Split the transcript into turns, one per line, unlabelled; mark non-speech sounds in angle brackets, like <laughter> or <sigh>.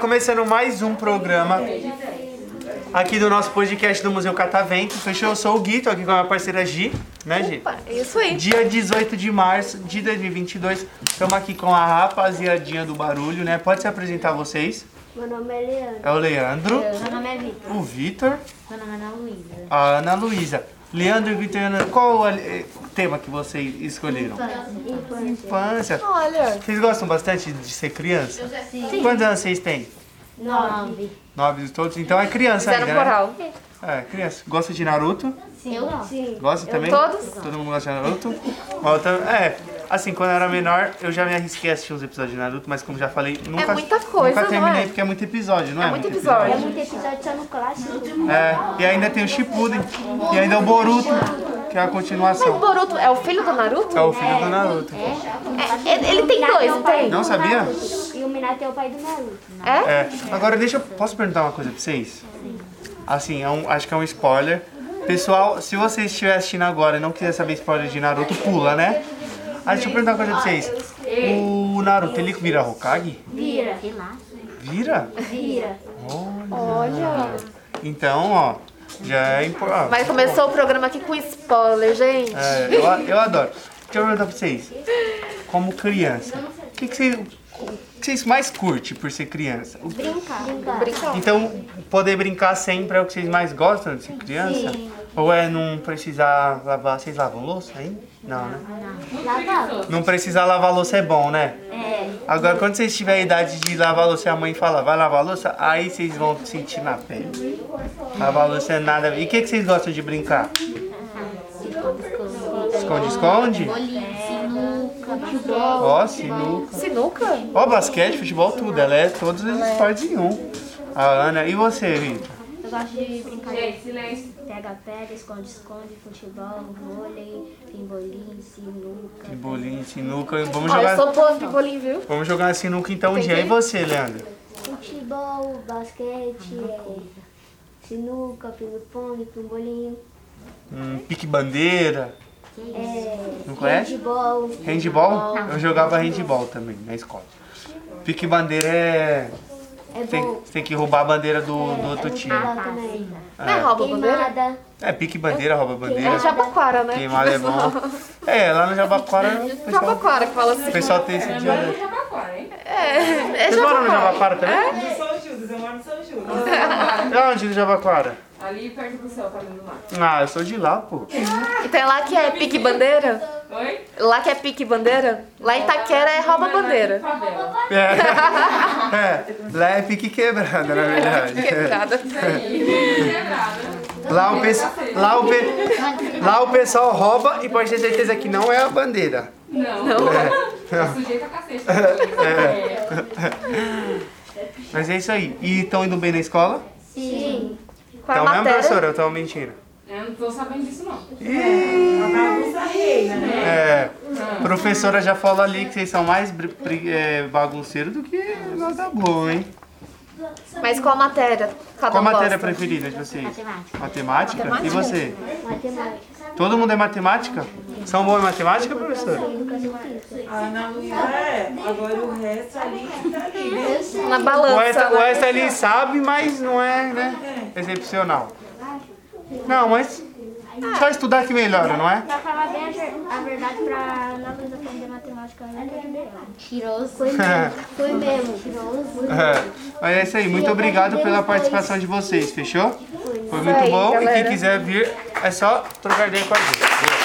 começando mais um programa aqui do nosso podcast do Museu Catavento. Fechou? Eu sou o Gui, tô aqui com a minha parceira Gi, né, Gi?
Opa, é isso aí.
Dia 18 de março de 2022, estamos aqui com a rapaziadinha do barulho, né? Pode se apresentar vocês?
Meu nome é Leandro.
É o Leandro,
Meu nome é Vitor.
o Vitor,
Meu nome é Ana Luísa.
a Ana Luísa. Leandro e Vitor, e Ana, qual é o eh, tema que vocês escolheram?
Infância.
Infância.
Olha,
Vocês gostam bastante de ser criança?
Sim.
Quantos anos vocês têm?
Nove.
Nove de todos, então é criança
fizeram
ainda, né?
coral.
É, criança. Gosta de Naruto?
Sim. Eu gosto.
Sim.
Gosta também?
todos.
Todo mundo gosta de Naruto? Volta. É. Assim, quando eu era menor, eu já me arrisquei a assistir uns episódios de Naruto, mas como já falei, nunca.
É muita coisa,
Nunca
não
terminei,
é?
porque é muito episódio, não é?
É muito episódio.
É muito episódio só no clássico.
É. E ainda tem o Shippuden. E ainda o Boruto, que é a
Mas o
continuação.
Boruto é o filho do Naruto?
É o filho do Naruto.
É, ele, ele tem dois, não tem?
Não sabia?
E o Minato é o pai do Naruto.
É?
É. Agora deixa eu. Posso perguntar uma coisa pra vocês? Assim, é um- acho que é um spoiler. Pessoal, se você estiver assistindo agora e não quiser saber spoiler de Naruto, pula, né? Ah, deixa eu perguntar uma coisa pra vocês. O Naruto, ele vira Hokage?
Vira.
Sei lá.
Vira?
Vira.
Olha.
Então, ó, já é importante.
Mas começou o programa aqui com spoiler, gente.
é, eu, a- eu adoro. Deixa eu perguntar pra vocês. Como criança, o que, que, vocês, o que vocês mais curtem por ser criança? O-
Brincar.
Brincão.
Então, poder brincar sempre é o que vocês mais gostam de ser criança? Ou é não precisar lavar. Vocês lavam louça aí? Não, né?
Lavar.
Não precisar lavar louça é bom, né?
É.
Agora, quando vocês tiverem a idade de lavar a louça e a mãe fala, vai lavar a louça, aí vocês vão sentir na pele. Lavar a louça é nada. E o que, que vocês gostam de brincar? Esconde-esconde?
Bolinho, sinuca,
Ó, sinuca.
Sinuca?
Ó, basquete, futebol, tudo. Ela é todos os esportes em um. A Ana, e você, Vitor?
Eu gosto de brincar. Gente, silêncio. Pega pedra, esconde, esconde, futebol, vôlei, pimbolim, sinuca.
Bolinho, sinuca. Vamos
Olha, Ah,
jogar,
eu sou boa de bolinho, viu?
vamos jogar uma sinuca então um dia. E você, Leandro?
Futebol, basquete, é, sinuca, ping-pong, pimbolim,
Hum, pique bandeira.
é,
Não conhece?
handball.
Handball? Eu jogava handball também na escola. Pique bandeira é.
É
Tem,
bom. É,
você tem que roubar a bandeira do, do outro time.
Legal também.
Não é rouba bandeira?
Queimada.
É, pique bandeira, rouba
É
bandeira.
Jabaquara, né? É
Queimada é bom. É, lá no Jabaquara o pessoal,
Jabaquara que fala
o
assim.
pessoal tem esse dia. né?
É, é
Vocês moram no Jabaquara
Jabaquara.
também?
de São Judas, eu moro em São Judas.
É onde no Jabaquara?
<laughs> Ali perto do céu, tá do mar.
Ah, eu sou de lá, pô.
E tem lá que é pique bandeira?
Oi?
Lá que é pique bandeira? Lá em Itaquera é rouba bandeira.
Favela.
É, é lá é pique quebrada, na verdade.
Quebrada.
Lá o, pesso- lá, o pe- lá o pessoal rouba e pode ter certeza que não é a bandeira.
Não. <laughs>
É.
Sujeito a cacete. É.
Mas é isso aí. E estão indo bem na escola?
Sim.
Qual é a
Então, né,
matéria?
professora? Eu tô mentindo.
Eu não tô sabendo disso, não.
É, professora já falou ali que vocês são mais bri- bri- é, bagunceiros do que nada boa, hein?
Mas qual a matéria? Cada
Qual a
um
matéria
gosta?
preferida de vocês?
Matemática.
Matemática? E você?
Matemática.
Todo mundo é matemática? São bons em matemática, professora?
Educação física.
Ana Luísa é, agora o resto ali que tá ali, né?
Na
O
balança.
Esta- o
né?
Esta ele sabe, mas não é, né? Excepcional. Não, mas só estudar que melhora, não é?
Pra falar bem a, ver- a verdade, pra na vez aprender matemática, eu nunca ajudei.
Cheiroso.
Foi mesmo. Foi mesmo. Tiroso.
É, Mas é isso aí, muito obrigado pela participação de vocês, fechou? Foi muito bom e quem quiser vir é só trocar ideia com a gente.